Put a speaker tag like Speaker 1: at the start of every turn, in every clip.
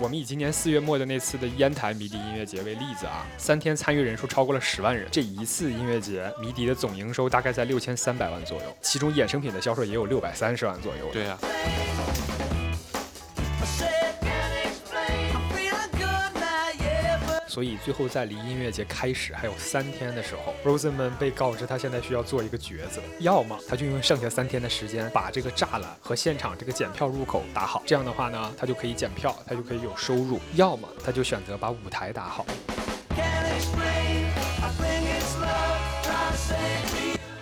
Speaker 1: 我们以今年四月末的那次的烟台迷笛音乐节为例子啊，三天参与人数超过了十万人。这一次音乐节，迷笛的总营收大概在六千三百万左右，其中衍生品的销售也有六百三十万左右。
Speaker 2: 对啊呀、
Speaker 1: 所以最后在离音乐节开始还有三天的时候，Rosenman 被告知他现在需要做一个抉择，要么他就用剩下三天的时间把这个栅栏和现场这个检票入口打好，这样的话呢，他就可以检票，他就可以有收入；要么他就选择把舞台打好。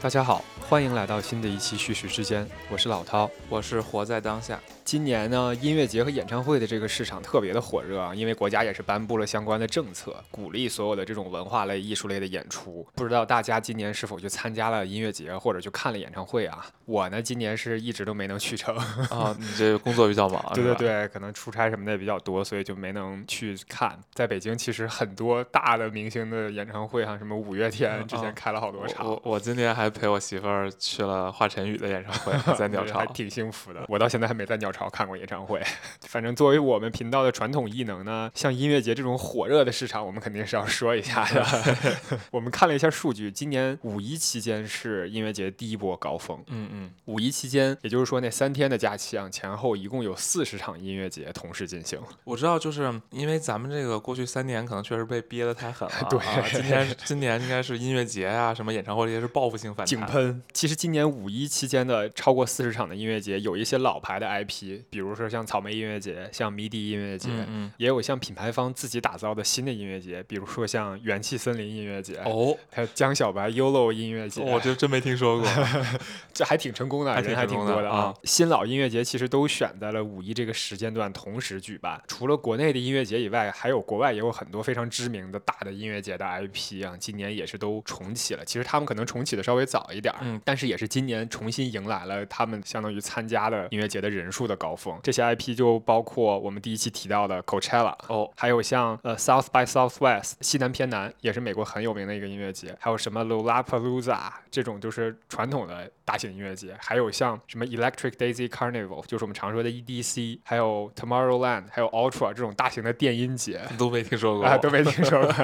Speaker 1: 大家好，欢迎来到新的一期《叙事之间》，我是老涛。
Speaker 2: 我是活在 当下。
Speaker 1: 今年呢，音乐节和演唱会的这个市场特别的火热啊，因为国家也是颁布了相关的政策，鼓励所有的这种文化类、艺术类的演出。不知道大家今年是否去参加了音乐节，或者去看了演唱会啊？我呢，今年是一直都没能去成。
Speaker 2: 啊，你这工作比较忙，
Speaker 1: 哦对对
Speaker 2: 是吧，
Speaker 1: 对，可能出差什么的也比较多，所以就没能去看。在北京，其实很多大的明星的演唱会啊，什么五月天
Speaker 2: 嗯
Speaker 1: 之前
Speaker 2: 啊
Speaker 1: 开了好多场。
Speaker 2: 我我我今年还陪我媳妇儿去了华晨宇的演唱 会，在鸟巢
Speaker 1: 还。挺幸福的。我到现在还没在鸟巢看过演唱会。 反正作为我们频道的传统艺能呢，像音乐节这种火热的市场，我们肯定是要说一下的。 我们看了一下数据，今年五一期间是音乐节第一波高峰。
Speaker 2: 嗯嗯，
Speaker 1: 五一期间，也就是说那三天的假期啊，前后一共有四十场音乐节同时进行。
Speaker 2: 我知道，就是因为咱们这个过去三年可能确实被憋得太狠了啊、
Speaker 1: 对
Speaker 2: 啊今年今年应该是音乐节啊，什么演唱会这些是报复性反
Speaker 1: 井
Speaker 2: 弹。嗯
Speaker 1: 喷。其实今年五一期间的超过四十场的音乐节，有一些老牌的 IP，比如说像草莓音乐节、像迷笛音乐节，
Speaker 2: 嗯嗯
Speaker 1: 也有像品牌方自己打造的新的音乐节，比如说像元气森林音乐节，
Speaker 2: 哦，
Speaker 1: 还有江小白 YOLO 音乐哎节，
Speaker 2: 我这真没 听说过。
Speaker 1: 这还挺成功的，
Speaker 2: 还
Speaker 1: 人
Speaker 2: 挺
Speaker 1: 还
Speaker 2: 成
Speaker 1: 挺
Speaker 2: 功
Speaker 1: 多
Speaker 2: 的
Speaker 1: 啊。
Speaker 2: 啊
Speaker 1: 新老音乐节其实都选在了五一这个时间段同时举办，除了国内的音乐节以外，还有国外也有很多非常知名的大的音乐节的 IP 啊，今年也是都重启了。其实他们可能重启的稍微早一点，
Speaker 2: 嗯，
Speaker 1: 但是也是今年重新迎来了他们相当于参加的音乐节的人数的高峰。这些 IP 就包括我们第一期提到的 Coachella。
Speaker 2: 哦，
Speaker 1: 还有像呃 South by Southwest 西南偏南，也是美国很有名的一个音乐节，还有什么 Lollapalooza 这种就是传统的大型音乐节，还有像什么 Electric Daisy Carnival，就是我们常说的 EDC，还有 Tomorrowland，还有 Ultra 这种大型的电音节。
Speaker 2: 都没听说过。
Speaker 1: 啊，都没听说过，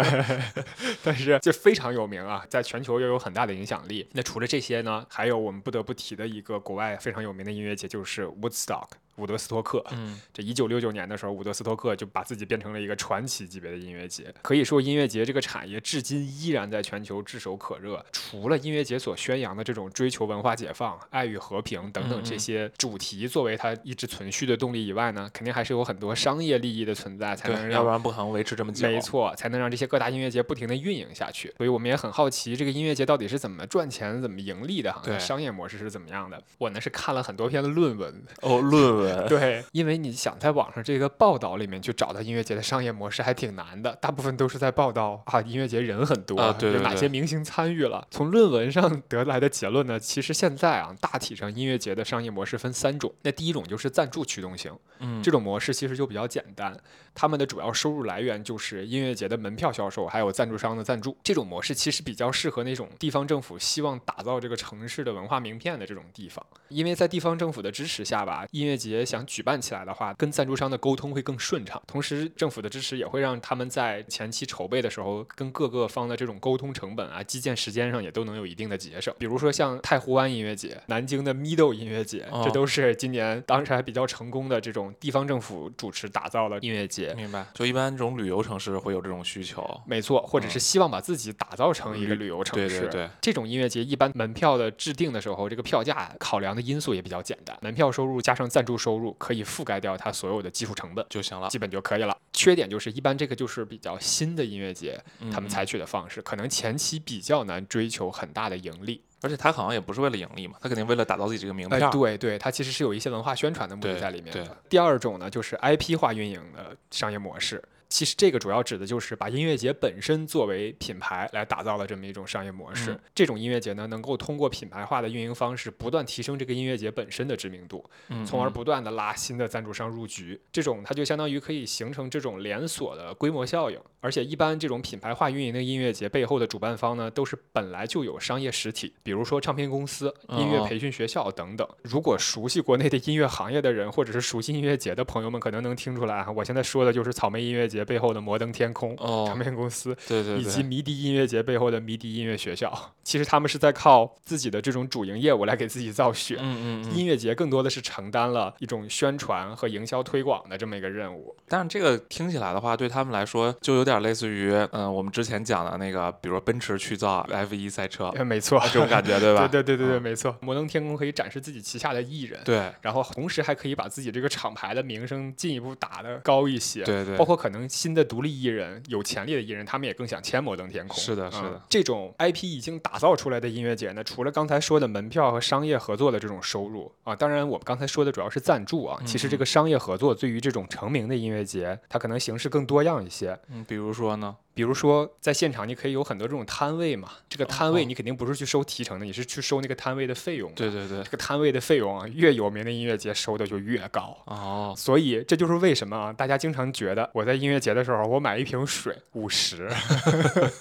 Speaker 1: 但是就非常有名啊，在全球又有很大的影响力。那除了这些呢，还有我们不得不提的一个国外非常有名的音乐节，就是 Woodstock 伍德斯托克。
Speaker 2: 嗯，
Speaker 1: 这一九六九年的时候，伍德斯托克就把自己变成了一个传奇级别的音乐节。可以说，音乐节这个产业至今依然在全球炙手可热。除了音乐节所宣扬的这种追求文化解放、爱与和平等等
Speaker 2: 嗯嗯
Speaker 1: 这些主题作为它一直存续的动力以外呢，肯定还是有很多商业利益的存在，才能
Speaker 2: 对，
Speaker 1: 让
Speaker 2: 要不然不可能维持这么久。
Speaker 1: 没错，才能让这些各大音乐节不停的运营下去。所以我们也很好奇，这个音乐节到底是怎么赚钱、怎么盈利的哈？
Speaker 2: 对
Speaker 1: 商业模式是怎么样的？我呢是看了很多篇的论 文，
Speaker 2: 哦，论文。
Speaker 1: 对，因为你想在网上这个报道里面去找到音乐节的商业模式还挺难的，大部分都是在报道啊，音乐节人很多，
Speaker 2: 啊对
Speaker 1: 有
Speaker 2: 对
Speaker 1: 哪
Speaker 2: 对
Speaker 1: 些明星参与了。从论文上 得来的结论呢，其实现在啊，大体上音乐节的商业模式分三种，那第一种就是赞助驱动型，
Speaker 2: 嗯，
Speaker 1: 这种模式其实就比较简单，他们的主要收入来源就是音乐节的门票销售，还有赞助商的赞助。这种模式其实比较适合那种地方政府希望打造这个城市的文化名片的这种地方，因为在地方政府的支持下吧，音乐节想举办起来的话，跟赞助商的沟通会更顺畅。同时，政府的支持也会让他们在前期筹备的时候，跟各个方的这种沟通成本啊、基建时间上也都能有一定的节省。比如说像太湖湾音乐节、南京的 Middle 音乐节，
Speaker 2: 哦
Speaker 1: 这都是今年当时还比较成功的这种地方政府主持打造的音乐节。
Speaker 2: 明白。就一般这种旅游城市会有这种需求。
Speaker 1: 没错，或者
Speaker 2: 嗯
Speaker 1: 是希望把自己打造成一个
Speaker 2: 旅
Speaker 1: 旅游城
Speaker 2: 对
Speaker 1: 市。
Speaker 2: 对对。
Speaker 1: 这种音乐节一般门票的制定的时候，这个票价考量的因素也比较简单，门票收入加上赞助收入可以覆盖掉它所有的基础成本，
Speaker 2: 就行了
Speaker 1: 基。本就可以了。缺点就是一般这个就是比较新的音乐节，他
Speaker 2: 嗯
Speaker 1: 们采取的方式可能前期比较难追求很大的盈利。
Speaker 2: 而且他好像也不是为了盈利嘛，他肯定为了打造自己这个名
Speaker 1: 哎、
Speaker 2: 片儿。
Speaker 1: 对对，它其实是有一些文化宣传的目的
Speaker 2: 对
Speaker 1: 在里面
Speaker 2: 对
Speaker 1: 的。第二种呢，就是 IP 化运营的商业模式。其实这个主要指的就是把音乐节本身作为品牌来打造的这么一种商业模式。
Speaker 2: 嗯
Speaker 1: 这种音乐节呢，能够通过品牌化的运营方式，不断提升这个音乐节本身的知名度，
Speaker 2: 嗯
Speaker 1: 从而
Speaker 2: 嗯
Speaker 1: 不断的拉新的赞助商入局。这种它就相当于可以形成这种连锁的规模效应。而且一般这种品牌化运营的音乐节背后的主办方呢，都是本来就有商业实体，比如说唱片公司、音乐
Speaker 2: 哦
Speaker 1: 培训学校等等。如果熟悉国内的音乐行业的人，或者是熟悉音乐节的朋友们，可能能听出来啊，我现在说的就是草莓音乐节背后的摩登天空。唱
Speaker 2: 哦，
Speaker 1: 片公司
Speaker 2: 对对
Speaker 1: 以及
Speaker 2: 对，
Speaker 1: 迷笛音乐节背后的迷笛音乐学校，其实他们是在靠自己的这种主营业务来给自己造血。
Speaker 2: 嗯嗯嗯
Speaker 1: 音乐节更多的是承担了一种宣传和营销推广的这么一个任务。
Speaker 2: 但是这个听起来的话，对他们来说就有点类似于，嗯、我们之前讲的那个，比如说奔驰去造 F 1赛车
Speaker 1: 哎，没错，
Speaker 2: 这种 感觉，对吧？
Speaker 1: 对对对对对，
Speaker 2: 嗯
Speaker 1: 没错。摩登天空可以展示自己旗下的艺人，
Speaker 2: 对
Speaker 1: 然后同时还可以把自己这个厂牌的名声进一步打得高一些。
Speaker 2: 对对，
Speaker 1: 包括可能新的独立艺人、有潜力的艺人，他们也更想签摩登天空。
Speaker 2: 是的
Speaker 1: 嗯
Speaker 2: 是的
Speaker 1: 这种 IP 已经打造出来的音乐节呢，除了刚才说的门票和商业合作的这种收入啊，当然我们刚才说的主要是赞助啊。其实这
Speaker 2: 嗯
Speaker 1: 个商业合作对于这种成名的音乐节，它可能形式更多样一些。
Speaker 2: 嗯，比如说呢，
Speaker 1: 比如说，在现场你可以有很多这种摊位嘛，这个摊
Speaker 2: 哦
Speaker 1: 位你肯定不是去收提成的，你是去收那个摊位的费用。，
Speaker 2: 对对对
Speaker 1: 这，个摊位的费用啊，越有名的音乐节收的就越高。
Speaker 2: 哦，
Speaker 1: 所以这就是为什么啊，大家经常觉得我在音乐节的时候，我买一瓶水五十，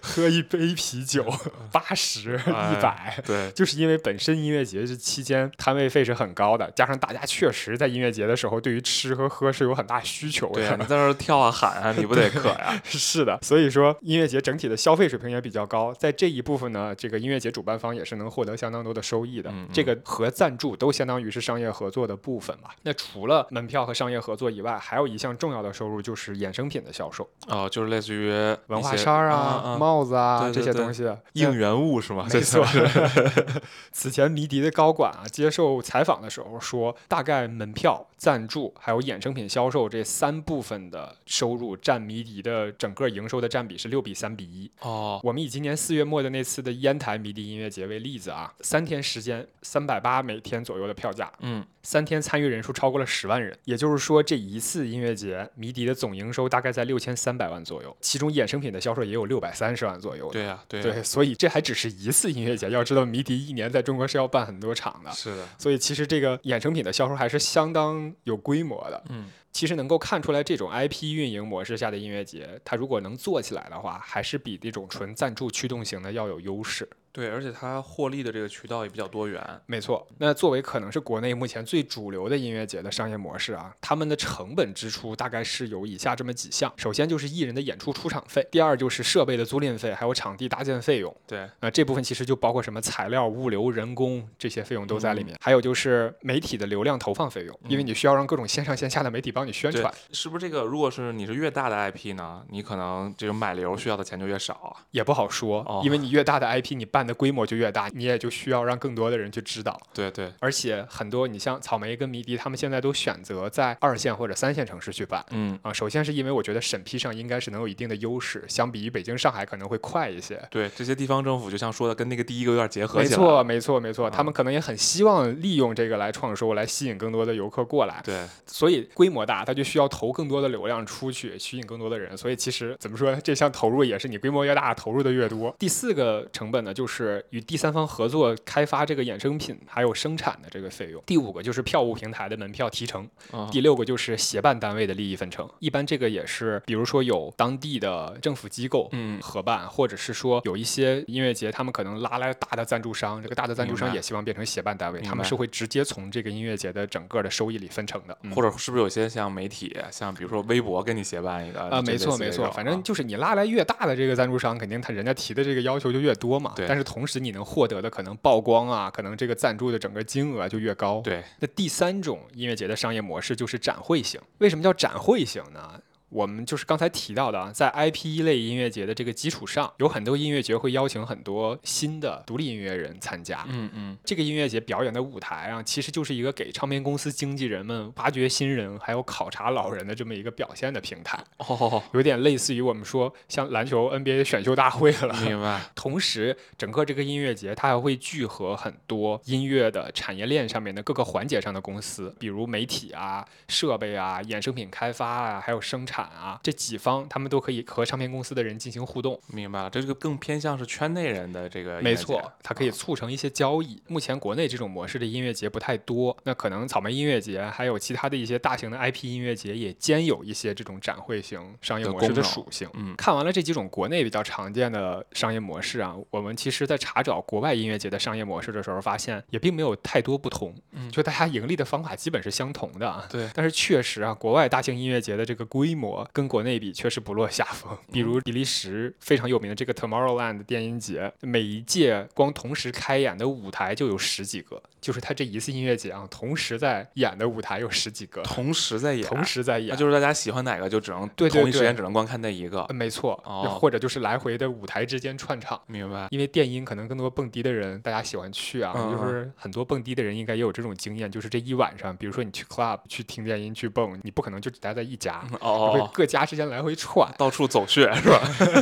Speaker 1: 喝一杯啤酒八十、
Speaker 2: 嗯哎
Speaker 1: 一百，
Speaker 2: 对，
Speaker 1: 就是因为本身音乐节这期间摊位费是很高的，加上大家确实在音乐节的时候对于吃和喝是有很大需求
Speaker 2: 对 呀、
Speaker 1: 的
Speaker 2: 你。在那儿跳啊喊啊，你不得渴呀、
Speaker 1: 是的，所以说音乐节整体的消费水平也比较高，在这一部分呢，这个音乐节主办方也是能获得相当多的收益的。
Speaker 2: 嗯嗯
Speaker 1: 这个和赞助都相当于是商业合作的部分嘛。那除了门票和商业合作以外，还有一项重要的收入就是衍生品的销售，
Speaker 2: 哦，就是类似于
Speaker 1: 文
Speaker 2: 一
Speaker 1: 化
Speaker 2: 些
Speaker 1: 衫儿啊、
Speaker 2: 啊啊
Speaker 1: 帽子啊
Speaker 2: 对对
Speaker 1: 这些
Speaker 2: 对
Speaker 1: 东西。
Speaker 2: 应援物是吗？
Speaker 1: 没
Speaker 2: 这算
Speaker 1: 错
Speaker 2: 是，
Speaker 1: 此前迷笛的高管啊接受采访的时候说，大概门票、赞助还有衍生品销售这三部分的收入占迷笛的整个营收的占比是六比三比一。
Speaker 2: 哦，
Speaker 1: 我们以今年四月末的那次的烟台迷笛音乐节为例子啊，三天时间，三百八每天左右的票价，
Speaker 2: 嗯，
Speaker 1: 三天参与人数超过了十万人，也就是说这一次音乐节迷笛的总营收大概在六千三百万左右，其中衍生品的销售也有六百三十万左右的。
Speaker 2: 对呀、啊对呀、
Speaker 1: 对，所以这还只是一次音乐节，要知道迷笛一年在中国是要办很多场的，
Speaker 2: 是的，
Speaker 1: 所以其实这个衍生品的销售还是相当有规模的。
Speaker 2: 嗯，
Speaker 1: 其实能够看出来，这种 IP 运营模式下的音乐节，它如果能做起来的话，还是比这种纯赞助驱动型的要有优势。
Speaker 2: 对，而且它获利的这个渠道也比较多元。
Speaker 1: 没错，那作为可能是国内目前最主流的音乐节的商业模式啊，他们的成本支出大概是有以下这么几项：首先就是艺人的演出出场费，第二就是设备的租赁费，还有场地搭建费用。
Speaker 2: 对，
Speaker 1: 那这部分其实就包括什么材料、物流、人工这些费用都
Speaker 2: 嗯
Speaker 1: 在里面，还有就是媒体的流量投放费用，因为你需要让各种线上线下的媒体帮你宣
Speaker 2: 对
Speaker 1: 传，，
Speaker 2: 是不是这个？如果是你是越大的 IP 呢，你可能这种买流需要的钱就越少啊。
Speaker 1: 也不好说，
Speaker 2: 哦
Speaker 1: 因为你越大的 IP，你办的规模就越大，你也就需要让更多的人去知道。
Speaker 2: 对对，
Speaker 1: 而且很多，你像草莓跟迷笛，他们现在都选择在二线或者三线城市去办。
Speaker 2: 嗯，
Speaker 1: 啊，首先是因为我觉得审批上应该是能有一定的优势，相比于北京、上海可能会快一些。
Speaker 2: 对，这些地方政府就像说的，跟那个第一个有点结合
Speaker 1: 没
Speaker 2: 起来。
Speaker 1: 错，，没错，没错，
Speaker 2: 啊
Speaker 1: 他们可能也很希望利用这个来创收，来吸引更多的游客过来。
Speaker 2: 对，
Speaker 1: 所以规模大，它就需要投更多的流量出去，吸引更多的人。所以其实怎么说，这项投入也是你规模越大，投入的越多。第四个成本呢，就是与第三方合作开发这个衍生品，还有生产的这个费用。第五个就是票务平台的门票提成。
Speaker 2: 嗯，
Speaker 1: 第六个就是协办单位的利益分成。一般这个也是，比如说有当地的政府机构。
Speaker 2: 嗯，
Speaker 1: 合办，或者是说有一些音乐节，他们可能拉来大的赞助商，这个大的赞助
Speaker 2: 明
Speaker 1: 商
Speaker 2: 白
Speaker 1: 也希望变成协办单位，
Speaker 2: 明
Speaker 1: 他们
Speaker 2: 白
Speaker 1: 是会直接从这个音乐节的整个的收益里分成的，嗯
Speaker 2: 或者是不是有些像媒体，像比如说微博跟你协办一个
Speaker 1: 啊，没错没错，反正就是你拉来越大的这个赞助商，肯定他人家提的这个要求就越多嘛。
Speaker 2: 对
Speaker 1: 但是同时你能获得的可能曝光啊，可能这个赞助的整个金额就越高。。
Speaker 2: 对，
Speaker 1: 那第三种音乐节的商业模式就是展会型。为什么叫展会型呢？我们就是刚才提到的啊，在 IP 类音乐节的这个基础上，有很多音乐节会邀请很多新的独立音乐人参加。
Speaker 2: 嗯嗯，
Speaker 1: 这个音乐节表演的舞台啊，其实就是一个给唱片公司经纪人们挖掘新人，还有考察老人的这么一个表现的平台。
Speaker 2: 哦，
Speaker 1: 有点类似于我们说像篮球 NBA 选秀大会了。
Speaker 2: 明白，
Speaker 1: 同时，整个这个音乐节它还会聚合很多音乐的产业链上面的各个环节上的公司，比如媒体啊、设备啊、衍生品开发啊，还有生产产啊，这几方他们都可以和唱片公司的人进行互动。
Speaker 2: 明白了，这个更偏向是圈内人的这个音乐
Speaker 1: 没
Speaker 2: 节
Speaker 1: 错，啊它可以促成一些交易。目前国内这种模式的音乐节不太多，那可能草莓音乐节还有其他的一些大型的 IP 音乐节也兼有一些这种展会型商业
Speaker 2: 的
Speaker 1: 模式
Speaker 2: 功
Speaker 1: 的
Speaker 2: 能
Speaker 1: 属性。
Speaker 2: 嗯
Speaker 1: 看完了这几种国内比较常见的商业模式啊，我们其实在查找国外音乐节的商业模式的时候，发现也并没有太多不同，
Speaker 2: 嗯
Speaker 1: 就大家盈利的方法基本是相同的啊。
Speaker 2: 对
Speaker 1: 但是确实啊，国外大型音乐节的这个规模跟国内比确实不落下风。比如
Speaker 2: 嗯
Speaker 1: 比利时非常有名的这个 Tomorrowland 电音节，每一届光同时开演的舞台就有十几个，就是它这一次音乐节啊，同时在演的舞台有十几个，
Speaker 2: 同时在演，
Speaker 1: 同时在演
Speaker 2: 那。就是大家喜欢哪个就只能
Speaker 1: 对对
Speaker 2: 同一时
Speaker 1: 对
Speaker 2: 间只能观看那一个
Speaker 1: 呃。没错，
Speaker 2: 哦
Speaker 1: 或者就是来回的舞台之间串场，
Speaker 2: 明白，
Speaker 1: 因为电音可能更多蹦迪的人大家喜欢去啊，
Speaker 2: 嗯嗯
Speaker 1: 就是很多蹦迪的人应该也有这种经验，就是这一晚上，比如说你去 club 去听电音去蹦，你不可能就只待在一家，
Speaker 2: 哦
Speaker 1: 嗯会
Speaker 2: 哦，哦
Speaker 1: 各家之间来回串，
Speaker 2: 到处走穴是吧？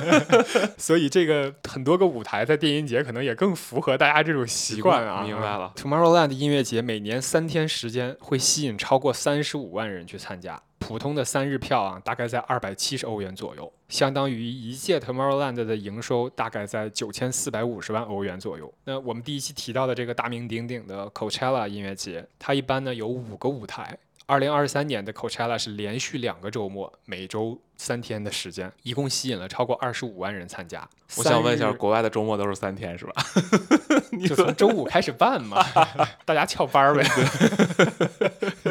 Speaker 1: 所以这个很多个舞台在电音节可能也更符合大家这种习惯啊。
Speaker 2: 明白了。
Speaker 1: Tomorrowland 音乐节每年三天时间会吸引超过三十五万人去参加，普通的三日票啊，大概在二百七十欧元左右，相当于一届 Tomorrowland 的营收大概在九千四百五十万欧元左右。那我们第一期提到的这个大名鼎鼎的 Coachella 音乐节，它一般呢有五个舞台。二零二三年的 Coachella 是连续两个周末，每周三天的时间，一共吸引了超过二十五万人参加。
Speaker 2: 我想问一下，
Speaker 1: 三日
Speaker 2: 国外的周末都是三天是吧？你
Speaker 1: 就
Speaker 2: 怎
Speaker 1: 从周五开始办嘛，大家翘班儿 呗。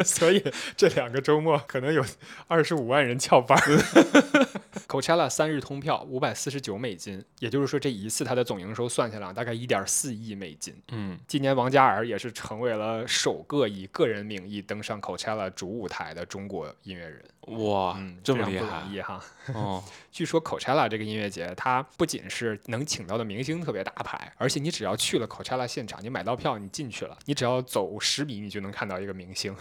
Speaker 1: 所以这两个周末可能有二十五万人翘 班儿。Coachella 三日通票五百四十九美金，也就是说这一次它的总营收算下来大概一点四亿美金。
Speaker 2: 嗯，
Speaker 1: 今年王嘉尔也是成为了首个以个人名义登上 Coachella 主舞台的中国音乐人。
Speaker 2: 哇
Speaker 1: 嗯，，
Speaker 2: 啊这
Speaker 1: 非
Speaker 2: 么
Speaker 1: 常
Speaker 2: 厉
Speaker 1: 不
Speaker 2: 害
Speaker 1: 容，易哈。
Speaker 2: 哦，
Speaker 1: 据说 Coachella 这个音乐节，它不仅是能请到的明星特别大牌，而且你只要去了 Coachella 现场，你买到票，你进去了，你只要走十米，你就能看到一个明星，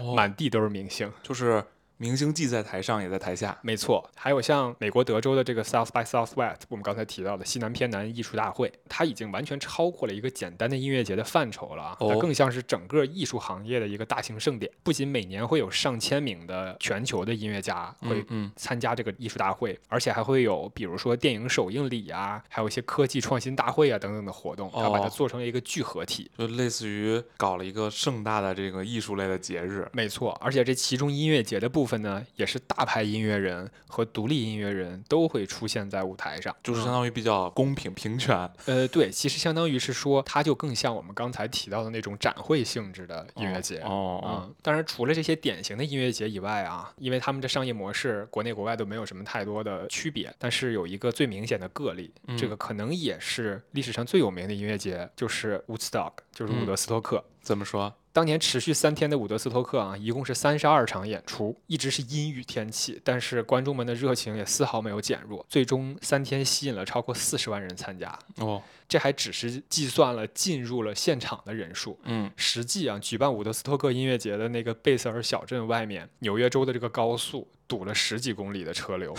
Speaker 2: 哦
Speaker 1: 满地都是明星。
Speaker 2: 就是明星既在台上也在台下，
Speaker 1: 没错，还有像美国德州的这个 South by Southwest，我们刚才提到的西南偏南艺术大会，它已经完全超过了一个简单的音乐节的范畴了啊，它
Speaker 2: 哦
Speaker 1: 更像是整个艺术行业的一个大型盛典。不仅每年会有上千名的全球的音乐家会
Speaker 2: 嗯嗯，
Speaker 1: 参加这个艺术大会，而且还会有比如说电影首映礼啊，还有一些科技创新大会啊等等的活动，它把它
Speaker 2: 哦
Speaker 1: 做成了一个聚合体。
Speaker 2: 就类似于搞了一个盛大的这个艺术类的节日，
Speaker 1: 没错，而且这其中音乐节的部分呢，也是大牌音乐人和独立音乐人都会出现在舞台上，
Speaker 2: 就是
Speaker 1: 嗯
Speaker 2: 相当于比较公平平权。
Speaker 1: 呃，对，其实相当于是说，它就更像我们刚才提到的那种展会性质的音乐节。
Speaker 2: 哦哦，
Speaker 1: 嗯，当然，除了这些典型的音乐节以外啊，因为他们的商业模式国内国外都没有什么太多的区别，但是有一个最明显的个例，这
Speaker 2: 嗯
Speaker 1: 个可能也是历史上最有名的音乐节，就是 Woodstock，就是伍
Speaker 2: 嗯
Speaker 1: 德斯托克。
Speaker 2: 怎么说？
Speaker 1: 当年持续三天的伍德斯托克啊，一共是三十二场演出，一直是阴雨天气，但是观众们的热情也丝毫没有减弱，最终三天吸引了超过四十万人参加。
Speaker 2: 哦，
Speaker 1: 这还只是计算了进入了现场的人数。
Speaker 2: 嗯，
Speaker 1: 实际啊，举办伍德斯托克音乐节的那个贝塞尔小镇外面，纽约州的这个高速堵了十几公里的车流。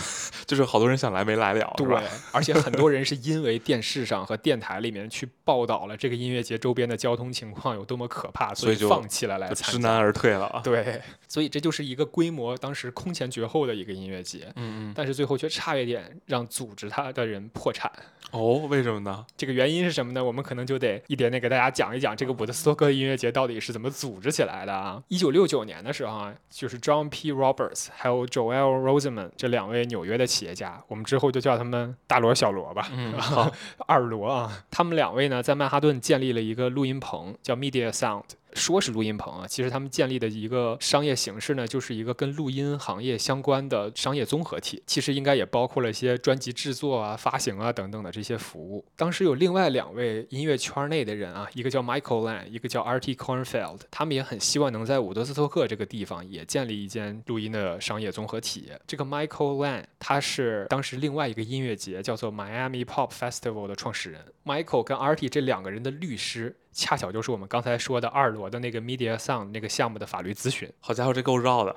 Speaker 2: 就是好多人想来没来了，是吧？，
Speaker 1: 而且很多人是因为电视上和电台里面去报道了这个音乐节周边的交通情况有多么可怕，
Speaker 2: 所以
Speaker 1: 以
Speaker 2: 就
Speaker 1: 放弃了来
Speaker 2: 就知
Speaker 1: 参
Speaker 2: 难
Speaker 1: 加。
Speaker 2: 而退了啊。
Speaker 1: 对，所以这就是一个规模当时空前绝后的一个音乐节，
Speaker 2: 嗯嗯，
Speaker 1: 但是最后却差一点让组织它的人破产。
Speaker 2: 哦，为什么呢？
Speaker 1: 这个原因是什么呢？我们可能就得一点点给大家讲一讲这个伍德斯托克音乐节到底是怎么组织起来的啊。一九六九年的时候啊，就是 John P. Roberts 还有 Joel Roseman 这两位纽约的企业家，我们之后就叫他们大罗、小罗吧，
Speaker 2: 嗯，好，
Speaker 1: 二罗啊。他们两位呢，在曼哈顿建立了一个录音棚，叫 Media Sound。说是录音棚啊，其实他们建立的一个商业形式呢，就是一个跟录音行业相关的商业综合体。其实应该也包括了一些专辑制作啊、发行啊等等的这些服务。当时有另外两位音乐圈内的人啊，一个叫 Michael Lang，一个叫 R.T. Cornfield，他们也很希望能在伍德斯托克这个地方也建立一间录音的商业综合体。这个 Michael Lang 他是当时另外一个音乐节叫做 Miami Pop Festival 的创始人。Michael 跟 R.T. 这两个人的律师恰巧就是我们刚才说的二罗的那个 Media Sound 那个项目的法律咨询，
Speaker 2: 好家伙，这够绕的。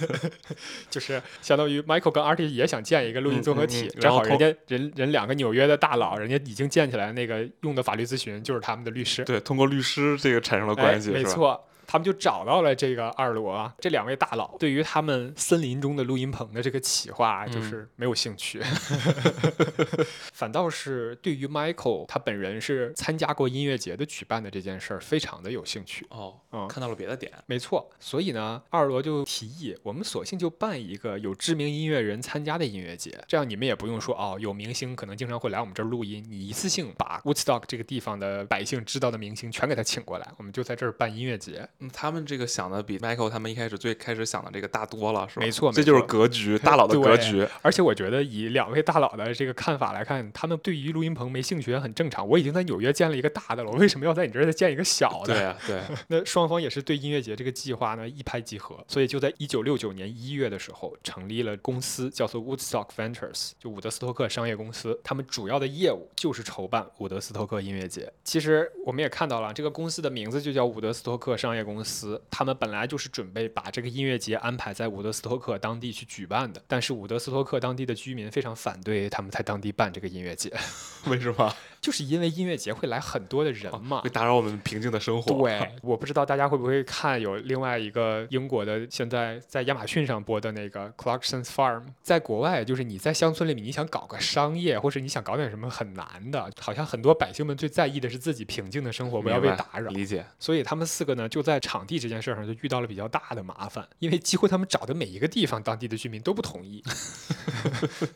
Speaker 1: 就是相当于 Michael 跟 RT 也想建一个录音
Speaker 2: 嗯
Speaker 1: 综合
Speaker 2: 嗯
Speaker 1: 体，
Speaker 2: 嗯
Speaker 1: 正好
Speaker 2: 然
Speaker 1: 人
Speaker 2: 后
Speaker 1: 家人人两个纽约的大佬，人家已经建起来那个用的法律咨询就是他们的律师，
Speaker 2: 对，通过律师这个产生了关系，
Speaker 1: 哎、没
Speaker 2: 是吧？
Speaker 1: 错。他们就找到了这个二罗啊，这两位大佬对于他们森林中的录音棚的这个企划
Speaker 2: 嗯
Speaker 1: 就是没有兴 趣，反倒是对于 Michael 他本人是参加过音乐节的举办的这件事儿非常的有兴趣。
Speaker 2: 哦，
Speaker 1: 嗯
Speaker 2: 看到了别的点，
Speaker 1: 没错，所以呢，二罗就提议，我们索性就办一个有知名音乐人参加的音乐节，这样你们也不用说哦，有明星可能经常会来我们这儿录音，你一次性把 Woodstock 这个地方的百姓知道的明星全给他请过来，我们就在这儿办音乐节。
Speaker 2: 嗯，他们这个想的比 Michael 他们一开始最开始想的这个大多了，是吧？
Speaker 1: 没错
Speaker 2: 这
Speaker 1: 没
Speaker 2: 就是
Speaker 1: 错
Speaker 2: 格局，大佬的格
Speaker 1: 对
Speaker 2: 局。
Speaker 1: 而且我觉得以两位大佬的这个看法来看，他们对于录音棚没兴趣也很正常。我已经在纽约建了一个大的了，我为什么要在你这儿再建一个小的？
Speaker 2: 对啊，对，
Speaker 1: 那双方也是对音乐节这个计划呢一拍即合，所以就在一九六九年一月的时候，成立了公司，叫做 Woodstock Ventures，就伍德斯托克商业公司。他们主要的业务就是筹办伍德斯托克音乐节。其实我们也看到了，啊这个公司的名字就叫伍德斯托克商业公司。他们本来就是准备把这个音乐节安排在伍德斯托克当地去举办的，但是伍德斯托克当地的居民非常反对他们在当地办这个音乐节，
Speaker 2: 为什么
Speaker 1: 就是因为音乐节会来很多的人嘛
Speaker 2: 会。打扰我们平静的生活？
Speaker 1: 对，我不知道大家会不会看有另外一个英国的，现在在亚马逊上播的那个 Clarkson's Farm，在国外就是你在乡村里面，你想搞个商业或者你想搞点什么很难的，好像很多百姓们最在意的是自己平静的生活，不要被
Speaker 2: 明白
Speaker 1: 打扰。
Speaker 2: 理解。
Speaker 1: 所以他们四个呢，就在场地这件事儿上就遇到了比较大的麻烦，因为几乎他们找的每一个地方，当地的居民都不同意。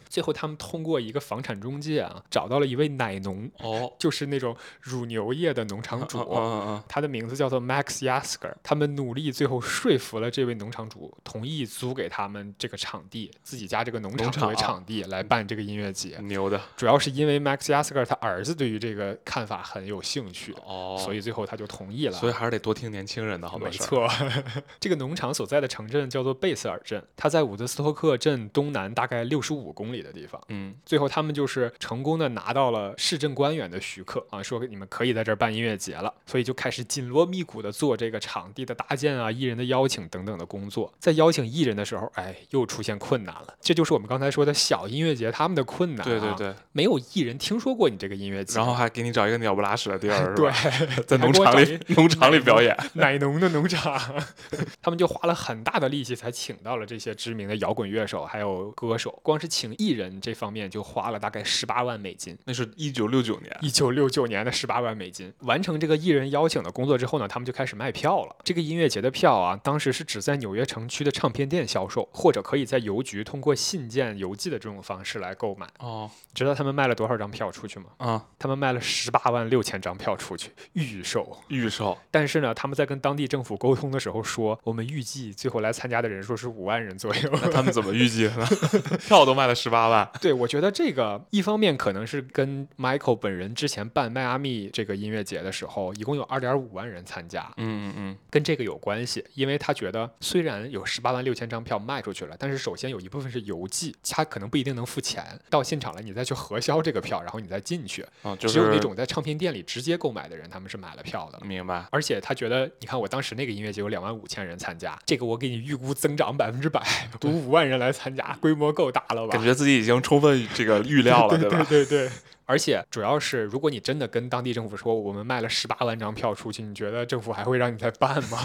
Speaker 1: 最后他们通过一个房产中介啊，找到了一位奶农，
Speaker 2: 哦，
Speaker 1: 就是那种乳牛业的农场主。
Speaker 2: 嗯嗯嗯
Speaker 1: 他的名字叫做 Max Yasker，他们努力最后说服了这位农场主同意租给他们这个场地，自己家这个农场
Speaker 2: 农
Speaker 1: 作为
Speaker 2: 场
Speaker 1: 场地来办这个音乐节。
Speaker 2: 嗯，牛的。
Speaker 1: 主要是因为 Max Yasker 他儿子对于这个看法很有兴趣，
Speaker 2: 哦，
Speaker 1: 所以最后他就同意了。
Speaker 2: 所以还是得多听年轻人的好多
Speaker 1: 没
Speaker 2: 事儿。
Speaker 1: 错， 这个农场所在的城镇叫做贝瑟尔镇，它在伍德斯托克镇东南大概六十五公里的地方。
Speaker 2: 嗯，
Speaker 1: 最后他们就是成功的拿到了市政官员的许可啊，说你们可以在这儿办音乐节了，所以就开始紧锣密鼓的做这个场地的搭建啊、艺人的邀请等等的工作。在邀请艺人的时候，哎，又出现困难了，这就是我们刚才说的小音乐节他们的困难、啊
Speaker 2: 对对，对，
Speaker 1: 没有艺人听说过你这个音乐节，
Speaker 2: 然后还给你找一个鸟不拉屎的地 儿，是
Speaker 1: 对
Speaker 2: 吧？，在
Speaker 1: 还
Speaker 2: 农
Speaker 1: 给我
Speaker 2: 场
Speaker 1: 找
Speaker 2: 里，农场里表 演。
Speaker 1: 奶农的农场， 他们就花了很大的力气才请到了这些知名的摇滚乐手还有歌手。光是请艺人这方面就花了大概十八万美金，
Speaker 2: 那是一九六九年，
Speaker 1: 一九六九年的十八万美金。完成这个艺人邀请的工作之后呢，他们就开始卖票了。这个音乐节的票啊，当时是只在纽约城区的唱片店销售，或者可以在邮局通过信件邮寄的这种方式来购买。
Speaker 2: 哦，
Speaker 1: 知道他们卖了多少张票出去吗？
Speaker 2: 啊，
Speaker 1: 他们卖了十八万六千张票出去，预售。
Speaker 2: 预售，
Speaker 1: 但是呢，他们在跟当地政府沟通的时候说，我们预计最后来参加的人数是五万人左右。
Speaker 2: 那他们怎么预计 的呢？票都卖了十八万，
Speaker 1: 对，我觉得这个一方面可能是跟 Michael 本人之前办迈阿密这个音乐节的时候，一共有二点五万人参加，
Speaker 2: 嗯嗯嗯，
Speaker 1: 跟这个有关系，因为他觉得虽然有十八万六千张票卖出去了，但是首先有一部分是邮寄，他可能不一定能付钱，到现场了你再去核销这个票，然后你再进去。
Speaker 2: 啊，就是
Speaker 1: 只有那种在唱片店里直接购买的人，他们是买了票的。
Speaker 2: 明白。
Speaker 1: 而且他觉得，你看我当时那个音乐节有两万五千人参加，这个我给你预估增长百分之百，有五万人来参加，规模够大了吧？
Speaker 2: 感觉自己已经充分这个预料 了，对吧？
Speaker 1: 对对。 而且主要是，如果你真的跟当地政府说我们卖了十八万张票出去，你觉得政府还会让你再办吗？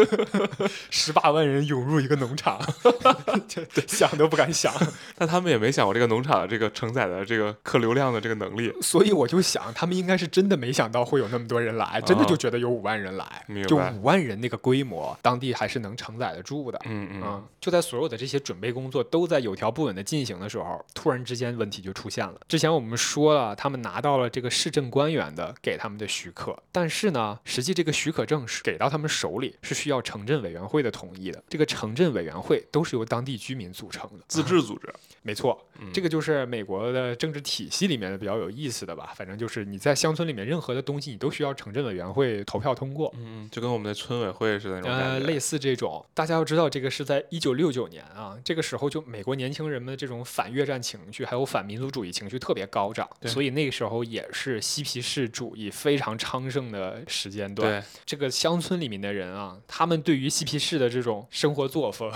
Speaker 1: 十八万人涌入一个农场， 这想都不敢想。
Speaker 2: 但他们也没想过这个农场的这个承载的这个客流量的这个能力，
Speaker 1: 所以我就想，他们应该是真的没想到会有那么多人来，真的就觉得有五万人来
Speaker 2: 嗯明，白
Speaker 1: 就五万人那个规模，当地还是能承载得住的。
Speaker 2: 嗯嗯，
Speaker 1: 嗯，就在所有的这些准备工作都在有条不紊的进行的时候，突然之间问题就出现了。之前我们说了，他们拿到了这个市政官员的给他们的许可，但是呢，实际这个许可证是给到他们手里是需要城镇委员会的同意的。这个城镇委员会都是由当地居民组成的，
Speaker 2: 自治组织，
Speaker 1: 没错，
Speaker 2: 嗯
Speaker 1: 这个就是美国的政治体系里面的比较有意思的吧。反正就是你在乡村里面任何的东西，你都需要城镇委员会投票通过。
Speaker 2: 嗯，就跟我们的村委会似的那种
Speaker 1: 呃，
Speaker 2: 感觉，
Speaker 1: 类似这种，大家要知道，这个是在一九六九年啊，这个时候就美国年轻人们的这种反越战情绪，还有反民族主义情绪特别高，长，
Speaker 2: 对
Speaker 1: 所以那个时候也是嬉皮士主义非常昌盛的时间段。
Speaker 2: 对，
Speaker 1: 这个乡村里面的人啊，他们对于嬉皮士的这种生活作风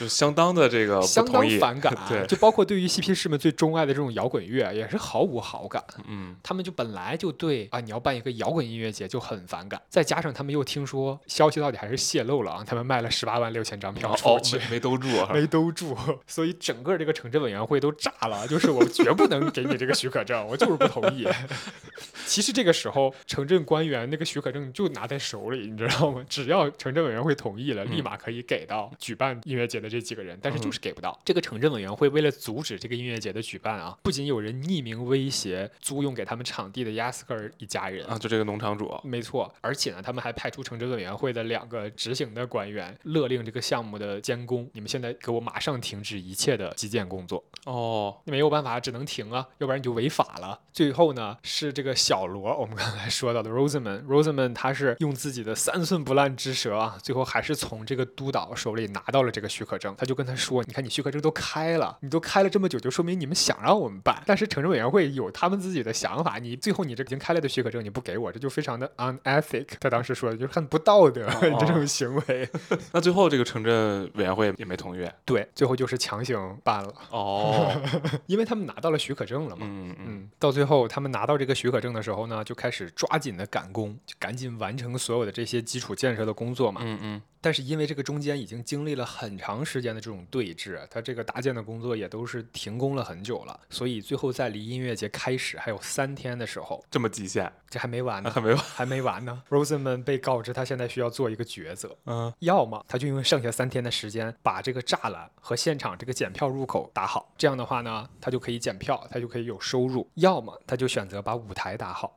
Speaker 2: 就相当的这个呃不
Speaker 1: 相当
Speaker 2: 同意，，
Speaker 1: 反感啊
Speaker 2: 对
Speaker 1: 就包括对于嬉皮士们最钟爱的这种摇滚乐啊也是毫无好感。
Speaker 2: 嗯，
Speaker 1: 他们就本来就对啊，你要办一个摇滚音乐节就很反感，再加上他们又听说消息到底还是泄露了啊，他们卖了十八万六千张票
Speaker 2: 哦
Speaker 1: 出
Speaker 2: 哦
Speaker 1: 去。
Speaker 2: 没没兜住啊，
Speaker 1: 没兜住， 所以整个这个城镇委员会都炸了，就是我绝不能给你这个许可证，我就是不同意。 其实这个时候，城镇官员那个许可证就拿在手里，你知道吗？只要城镇委员会同意了，立马可以给到举办音乐节的这几个人，但是就是给不到。这个城镇委员会为了阻止这个音乐节的举办啊，不仅有人匿名威胁租用给他们场地的亚斯克尔一家人
Speaker 2: 啊，就这个农场主，
Speaker 1: 没错，而且呢，他们还派出城镇委员会的两个执行的官员勒令这个项目的监工，你们现在给我马上停止一切的基建工作。
Speaker 2: 哦，
Speaker 1: 没有办法，只能停啊，要不然你就违法了。最后呢，是这个小罗，我们刚才说到的 Rosamond，Rosamond 他是用自己的三寸不烂之舌啊，最后还是从这个督导手里拿到了这个许可证。他就跟他说：“你看，你许可证都开了，你都开了这么久，就说明你们想让我们办。但是城镇委员会有他们自己的想法，你最后你这已经开了的许可证你不给我，这就非常的 unethic。”他当时说的就是很不道德，
Speaker 2: 哦
Speaker 1: 你这种行为。
Speaker 2: 那最后这个城镇委员会也没同意，
Speaker 1: 对，最后就是强行办了，
Speaker 2: 哦，
Speaker 1: 因为他们拿到了许可证了嘛。
Speaker 2: 嗯嗯，
Speaker 1: 嗯，到最后他们拿到这个许可证的时候呢，就开始抓紧的赶工，就赶紧完成所有的这些基础建设的工作嘛。
Speaker 2: 嗯嗯，
Speaker 1: 但是因为这个中间已经经历了很长时间的这种对峙，它这个搭建的工作也都是停工了很久了，所以最后在离音乐节开始还有三天的时候，
Speaker 2: 这么极限，
Speaker 1: 这还没完
Speaker 2: 那
Speaker 1: 呢，
Speaker 2: 还没有，
Speaker 1: 还没完呢。Rosenman 被告知他现在需要做一个抉择，
Speaker 2: 嗯，
Speaker 1: 要么他就用剩下三天的时间把这个栅栏和现场这个检票入口打好，这样的话呢，他就可以检票，他就可以有收入；要么他就选择把舞台打好。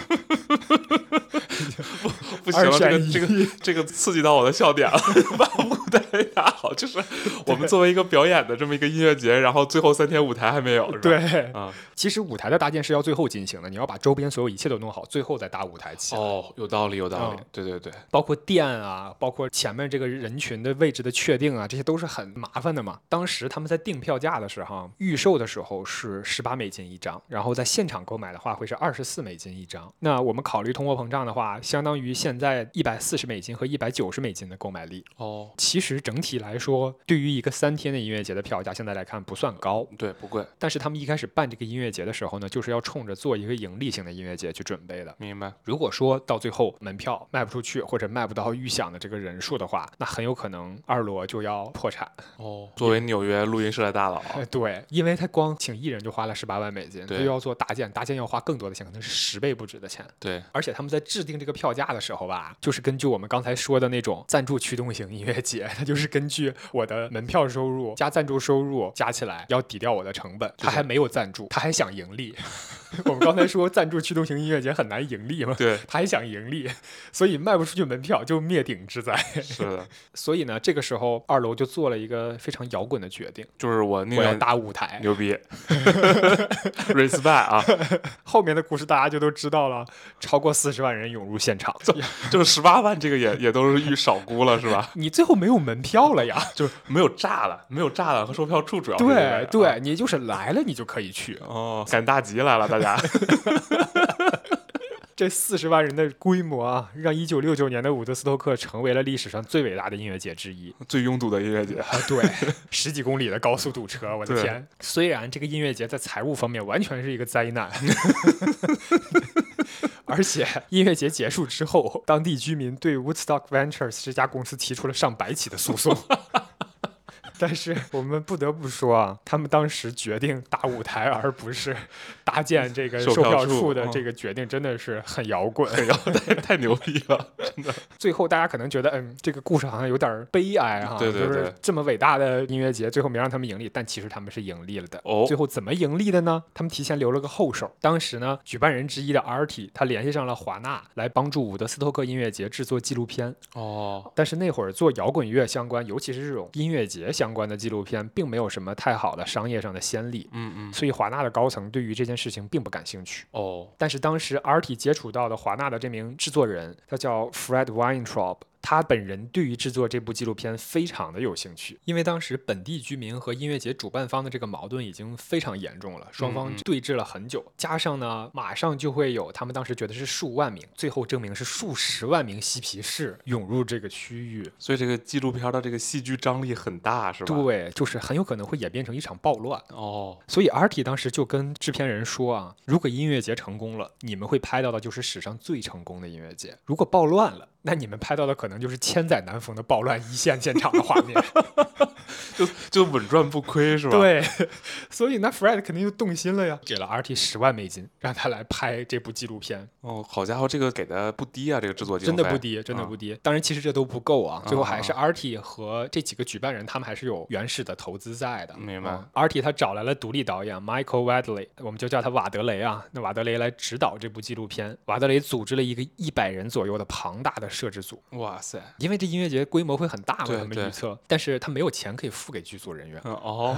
Speaker 2: 不行了，
Speaker 1: 二
Speaker 2: 这
Speaker 1: 选
Speaker 2: 个
Speaker 1: 一
Speaker 2: 这个 这个刺激到我的笑点了， 把舞台打好，就是我们作为一个表演的这么一个音乐节，然后最后三天舞台还没有，是吧？
Speaker 1: 对，
Speaker 2: 啊，
Speaker 1: 其实舞台的搭建是要最后进行的，你要把周边所有一切都弄好，最后再搭舞台起来，
Speaker 2: 哦，有道理，有道理
Speaker 1: 嗯，
Speaker 2: 对对对，
Speaker 1: 包括店啊，包括前面这个人群的位置的确定啊，这些都是很麻烦的嘛。当时他们在定票价的时候，预售的时候是十八美金一张，然后在现场购买的话会是二十四美金一张。那我们考虑通货膨胀的话，相当于现在一百四十美金和一百九十美金的购买力。
Speaker 2: 哦，
Speaker 1: 其实整体来说，对于一个三天的音乐节的票价，现在来看不算高。
Speaker 2: 对，不贵，
Speaker 1: 但是他们一开始办这个音乐节的时候呢，就是要冲着做一个盈利性的音乐节去准备的。
Speaker 2: 明白，
Speaker 1: 如果说到最后门票卖不出去，或者卖不到预想的这个人数的话，那很有可能二罗就要破产。
Speaker 2: 哦，作为纽约录音室的大佬，
Speaker 1: 哎，对，因为他光请艺人就花了十八万美金，他
Speaker 2: 对
Speaker 1: 又要做搭建，搭建要花更多的钱，可能是十倍不止的钱。
Speaker 2: 对，
Speaker 1: 而且他们在制定这个票价的时候吧，就是根据我们刚才说的那种赞助驱动型音乐节， 它就是根据我的门票收入加赞助收入加起来要抵掉我的成本。
Speaker 2: 是
Speaker 1: 他
Speaker 2: 的
Speaker 1: 还没有赞助，他还想盈利。 我们刚才说赞助驱动型音乐节很难盈利嘛，
Speaker 2: 对，
Speaker 1: 他还想盈利， 所以卖不出去门票就灭顶之灾。
Speaker 2: 是的，
Speaker 1: 所以呢，这个时候二楼就做了一个非常摇滚的决定，
Speaker 2: 就是我宁
Speaker 1: 我要
Speaker 2: 愿
Speaker 1: 搭舞台。
Speaker 2: 牛逼 ，respect 啊，
Speaker 1: 后面的故事大家就都知道了，超过四十万人涌入现场，
Speaker 2: 就是十八万这个也也都是预少估了，是吧？
Speaker 1: 你最后没有门票了呀？
Speaker 2: 就是 没有炸了，没有炸了和售票处主要是这个
Speaker 1: 对
Speaker 2: 啊
Speaker 1: 对，你就是来了你就可以去。
Speaker 2: 哦，赶大集来了，大家。
Speaker 1: 这四十万人的规模啊，让一九六九年的伍德斯托克成为了历史上最伟大的音乐节之一。
Speaker 2: 最拥堵的音乐节。
Speaker 1: 啊，对， 十几公里的高速堵车，我的
Speaker 2: 对
Speaker 1: 天！虽然这个音乐节在财务方面完全是一个灾难， 而且音乐节结束之后，当地居民对 Woodstock Ventures 这家公司提出了上百起的诉讼。 但是我们不得不说啊，他们当时决定搭舞台，而不是搭建这个
Speaker 2: 售
Speaker 1: 售
Speaker 2: 票
Speaker 1: 票
Speaker 2: 处
Speaker 1: 处的
Speaker 2: 嗯
Speaker 1: 这个决定，真的是很摇滚。
Speaker 2: 然后太 太牛逼了，
Speaker 1: 最后大家可能觉得，嗯，这个故事好像有点儿悲哀哈、
Speaker 2: 对对
Speaker 1: 就
Speaker 2: 对
Speaker 1: 是这么伟大的音乐节，最后没让他们盈利，但其实他们是盈利了的。
Speaker 2: 哦
Speaker 1: 最后怎么盈利的呢？他们提前留了个后手。当时呢，举办人之一的 RT 他联系上了华纳来帮助伍德斯托克音乐节制作纪录片，
Speaker 2: 哦，
Speaker 1: 但是那会儿做摇滚乐相关，尤其是这种音乐节相关的纪录片，并没有什么太好的商业上的先例，
Speaker 2: 嗯嗯，
Speaker 1: 所以华纳的高层对于这件事情并不感兴趣。
Speaker 2: 哦，
Speaker 1: 但是当时 RT 接触到的华纳的这名制作人，他叫 Fred Weintraub，他本人对于制作这部纪录片非常的有兴趣，因为当时本地居民和音乐节主办方的这个矛盾已经非常严重了，双方对峙了很久，加上呢，马上就会有他们当时觉得是数万名，最后证明是数十万名嬉皮士涌入这个区域，
Speaker 2: 所以这个纪录片的这个戏剧张力很大，是吧？
Speaker 1: 对，就是很有可能会演变成一场暴乱。
Speaker 2: 哦，
Speaker 1: 所以 RT 当时就跟制片人说啊，如果音乐节成功了，你们会拍到的就是史上最成功的音乐节；如果暴乱了，那你们拍到的可能就是千载难逢的暴乱一线现场的画面，
Speaker 2: 就就稳赚不亏是吧？
Speaker 1: 对，所以那 Fred 肯定就动心了呀，给了 RT 十万美金，让他来拍这部纪录片。
Speaker 2: 哦，好家伙，这个给的不低啊，这个制作经
Speaker 1: 真
Speaker 2: 费
Speaker 1: 的不低，真的不低。当然，其实这都不够啊，最后还是
Speaker 2: 嗯啊
Speaker 1: RT 和这几个举办人他们还是有原始的投资在的。
Speaker 2: 明白
Speaker 1: 啊 RT 他找来了独立导演 Michael Wadley，我们就叫他瓦德雷啊。那瓦德雷来指导这部纪录片。瓦德雷组织了一个一百人左右的庞大的摄制组，
Speaker 2: 哇塞，
Speaker 1: 因为这音乐节规模会很大嘛，
Speaker 2: 对
Speaker 1: 他们
Speaker 2: 对
Speaker 1: 预测，但是他没有钱可以付给剧组人
Speaker 2: ，
Speaker 1: 员
Speaker 2: 嗯哦，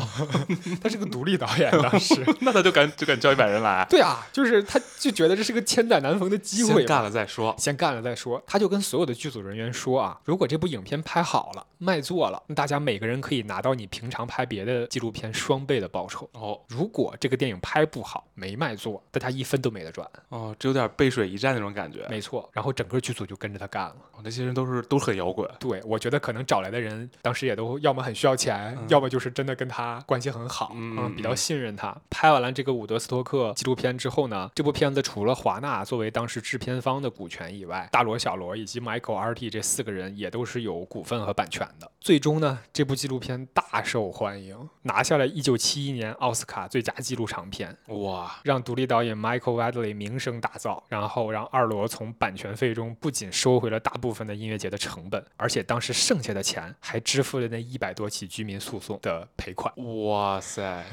Speaker 1: 他是个独立导演， 当时。
Speaker 2: 那他就敢就敢叫一百人来，
Speaker 1: 对啊，就是他就觉得这是个千载难逢的 机会
Speaker 2: 先
Speaker 1: 嘛，
Speaker 2: 干了再说。
Speaker 1: 先干了再说。他就跟所有的剧组人员说啊，如果这部影片拍好了，卖座了，那大家每个人可以拿到你平常拍别的纪录片双倍的报酬。
Speaker 2: 哦
Speaker 1: 如果这个电影拍不好，没卖座，大家一分都没得赚。
Speaker 2: 哦，这有点背水一战那种感觉。
Speaker 1: 没错，然后整个剧组就跟着他干了。
Speaker 2: 哦那些人都是都很摇滚，
Speaker 1: 对，我觉得可能找来的人当时也都要么很需要钱，
Speaker 2: 嗯
Speaker 1: 要么就是真的跟他关系很好，
Speaker 2: 嗯嗯
Speaker 1: 比较信任他。拍完了这个伍德斯托克纪录片之后呢，这部片子除了华纳作为当时制片方的股权以外，大罗、小罗以及 Michael RT 这四个人也都是有股份和版权的。最终呢，这部纪录片大受欢迎，拿下了1971年奥斯卡最佳纪录长片。
Speaker 2: 哇，
Speaker 1: 让独立导演 Michael Wadley 名声大噪，然后让二罗从版权费中不仅收回了大部分的音乐节的成本，而且当时剩下的钱还支付了那一百多起居民诉讼的赔款。
Speaker 2: 哇 塞，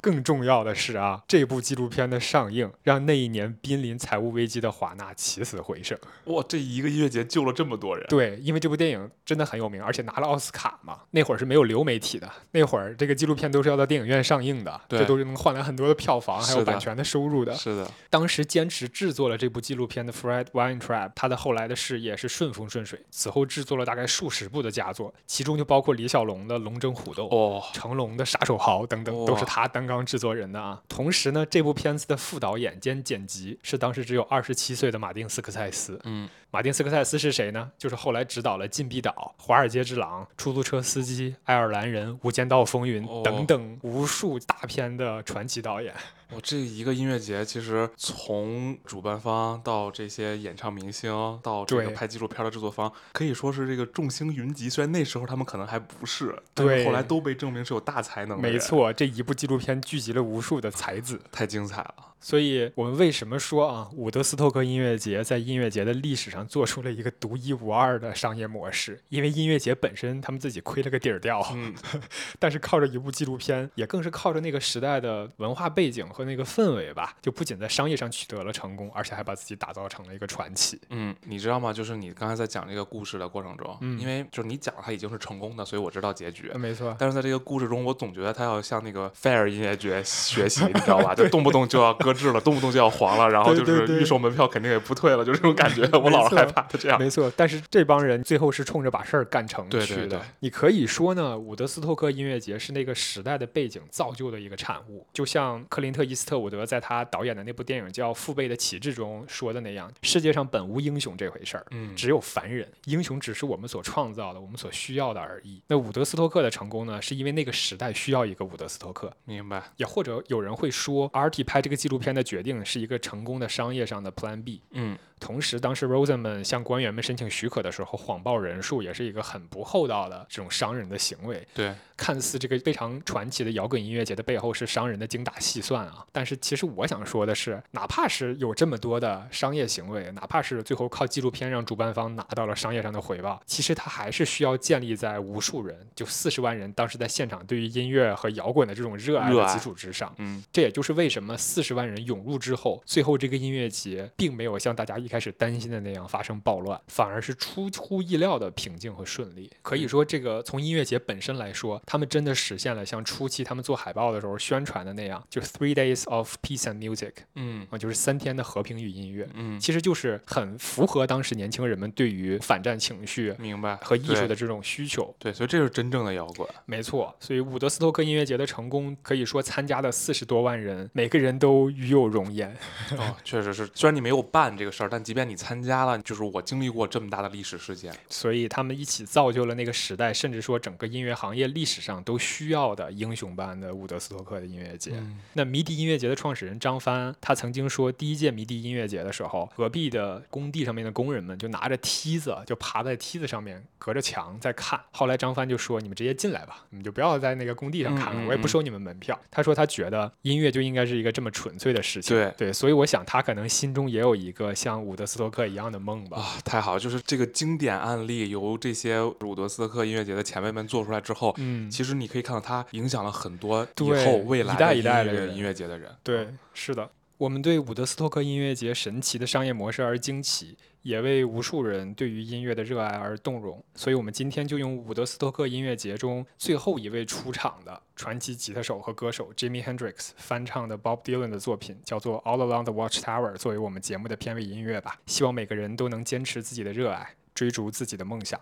Speaker 1: 更重要的是啊，这部纪录片的上映让那一年濒临财务危机的华纳起死回生。
Speaker 2: 哇，这一个音乐节救了这么多人。
Speaker 1: 对，因为这部电影真的很有名，而且拿了奥斯卡嘛。那会儿是没有流媒体的，那会儿这个纪录片都是要到电影院上映的，
Speaker 2: 对
Speaker 1: 这都是能换来很多的票房还有
Speaker 2: 是的
Speaker 1: 版权的收入的。
Speaker 2: 是的，
Speaker 1: 当时坚持制作了这部纪录片的 Fred Weintraub，他的后来的事业是顺风顺水。此后制作了大概数十部的佳作，其中就包括李小龙的《龙争虎斗》。
Speaker 2: 哦，
Speaker 1: 成龙的《杀手豪》等等
Speaker 2: 哇
Speaker 1: 都是他担纲制作人的啊。同时呢，这部片子的副导演兼剪辑是当时只有二十七岁的马丁·斯科塞斯。
Speaker 2: 嗯，
Speaker 1: 马丁·斯科塞斯是谁呢？就是后来执导了《禁闭岛》《华尔街之狼》《出租车司机》《爱尔兰人》《无间道风云》
Speaker 2: 哦
Speaker 1: 等等无数大片的传奇导演。
Speaker 2: 我这一个音乐节，其实从主办方到这些演唱明星，到这个
Speaker 1: 对
Speaker 2: 拍纪录片的制作方，可以说是这个众星云集。虽然那时候他们可能还不是，但是
Speaker 1: 对
Speaker 2: 后来都被证明是有大才能的人。
Speaker 1: 没，错，这一部纪录片聚集了无数的才子，
Speaker 2: 太精彩了。
Speaker 1: 所以我们为什么说啊，伍德斯托克音乐节在音乐节的历史上做出了一个独一无二的商业模式？因为音乐节本身他们自己亏了个底儿掉，
Speaker 2: 嗯，
Speaker 1: 但是靠着一部纪录片，也更是靠着那个时代的文化背景和那个氛围吧，就不仅在商业上取得了成功，而且还把自己打造成了一个传奇。
Speaker 2: 嗯，你知道吗？就是你刚才在讲这个故事的过程中，
Speaker 1: 嗯
Speaker 2: 因为就是你讲它已经是成功的，所以我知道结局。
Speaker 1: 没错，
Speaker 2: 但是在这个故事中，我总觉得他要向那个 Fair 音乐节学习，你知道吧？就动不动就要搁置了，动不动就要黄了，然后就
Speaker 1: 对对
Speaker 2: 是
Speaker 1: 对
Speaker 2: 预售门票肯定也不退了，就这种感觉。我老是害怕他这样。
Speaker 1: 没错，但是这帮人最后是冲着把事儿干成去
Speaker 2: 对
Speaker 1: 的。
Speaker 2: 对对
Speaker 1: 你可以说呢，伍德斯托克音乐节是那个时代的背景造就的一个产物，就像克林特·伊斯特伍德在他导演的那部电影叫《父辈的旗帜》中说的那样，世界上本无英雄这回事儿。
Speaker 2: 嗯
Speaker 1: 只有凡人，英雄只是我们所创造的，我们所需要的而已。那伍德斯托克的成功呢，是因为那个时代需要一个伍德斯托克，
Speaker 2: 明白，
Speaker 1: 也或者有人会说，RT 拍这个纪录片的决定是一个成功的商业上的 Plan B。
Speaker 2: 嗯，
Speaker 1: 同时，当时 Rosenman 向官员们申请许可的时候，谎报人数也是一个很不厚道的这种商人的行为。
Speaker 2: 对，
Speaker 1: 看似这个非常传奇的摇滚音乐节的背后是商人的精打细算啊，但是其实我想说的是，哪怕是有这么多的商业行为，哪怕是最后靠纪录片让主办方拿到了商业上的回报，其实它还是需要建立在无数人，就四十万人当时在现场对于音乐和摇滚的这种热爱
Speaker 2: 热
Speaker 1: 的
Speaker 2: 爱
Speaker 1: 基础之上。
Speaker 2: 嗯，
Speaker 1: 这也就是为什么四十万人涌入之后，最后这个音乐节并没有像大家一开始担心的那样发生暴
Speaker 2: 嗯
Speaker 1: 乱，反而是出乎意料的平静和顺利。可以说，这个从音乐节本身来说，他们真的实现了像初期他们做海报的时候宣传的那样，就 Three Days of Peace and Music
Speaker 2: 嗯
Speaker 1: 啊，就是三天的和平与音乐，
Speaker 2: 嗯，
Speaker 1: 其实就是很符合当时年轻人们对于反战情绪
Speaker 2: 明白
Speaker 1: 和艺术
Speaker 2: 嗯对
Speaker 1: 的这种需求。
Speaker 2: 对，所以这就是真正的摇 滚。
Speaker 1: 没错，所以伍德斯托克音乐节的成功，可以说参加的四十多万人，每个人都与有容颜。
Speaker 2: 哦，确实是，虽然你没有办这个事儿，但即便你参加了，就是我经历过这么大的历史事件。
Speaker 1: 所以他们一起造就了那个时代，甚至说整个音乐行业历史上都需要的英雄般的伍德斯托克的音乐节。
Speaker 2: 嗯
Speaker 1: 那迷笛音乐节的创始人张帆，他曾经说，第一届迷笛音乐节的时候，隔壁的工地上面的工人们就拿着梯子，就爬在梯子上面，隔着墙在看。后来张帆就说：“你们直接进来吧，你们就不要在那个工地上看了，
Speaker 2: 嗯嗯
Speaker 1: 我也不收你们门票。他说他觉得音乐就应该是一个这么纯粹的事情。
Speaker 2: 对
Speaker 1: 对，所以我想他可能心中也有一个像伍德斯托克一样的梦吧。
Speaker 2: 啊，太好了！就是这个经典案例，由这些伍德斯托克音乐节的前辈们做出来之后，
Speaker 1: 嗯，
Speaker 2: 其实你可以看到它影响了很多以
Speaker 1: 对
Speaker 2: 后未
Speaker 1: 一
Speaker 2: 来
Speaker 1: 代
Speaker 2: 的
Speaker 1: 一
Speaker 2: 音
Speaker 1: 代的
Speaker 2: 乐
Speaker 1: 人
Speaker 2: 音乐节的人。
Speaker 1: 对，是的，我们对伍德斯托克音乐节神奇的商业模式而惊奇，也为无数人对于音乐的热爱而动容。所以，我们今天就用伍德斯托克音乐节中最后一位出场的传奇吉他手和歌手 Jimi Hendrix 翻唱的 Bob Dylan 的作品，叫做《All Along the Watchtower》，作为我们节目的片尾音乐吧。希望每个人都能坚持自己的热爱，追逐自己的梦想。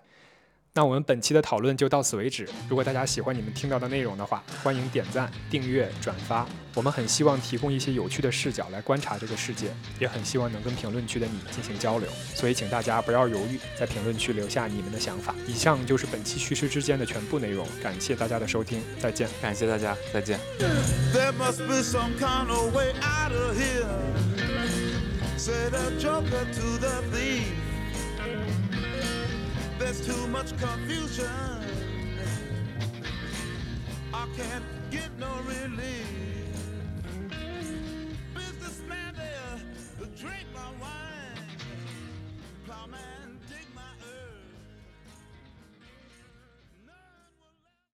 Speaker 1: 那我们本期的讨论就到此为止。如果大家喜欢你们听到的内容的话，欢迎点赞、订阅、转发。我们很希望提供一些有趣的视角来观察这个世界，也很希望能跟评论区的你进行交流。所以，请大家不要犹豫，在评论区留下你们的想法。以上就是本期《叙事之间》的全部内容，感谢大家的收听，再见。
Speaker 2: 感谢大家，再见。
Speaker 3: There must be some kind of way out of here. Said the joker to the thief. There's too much confusion. I can't get no relief.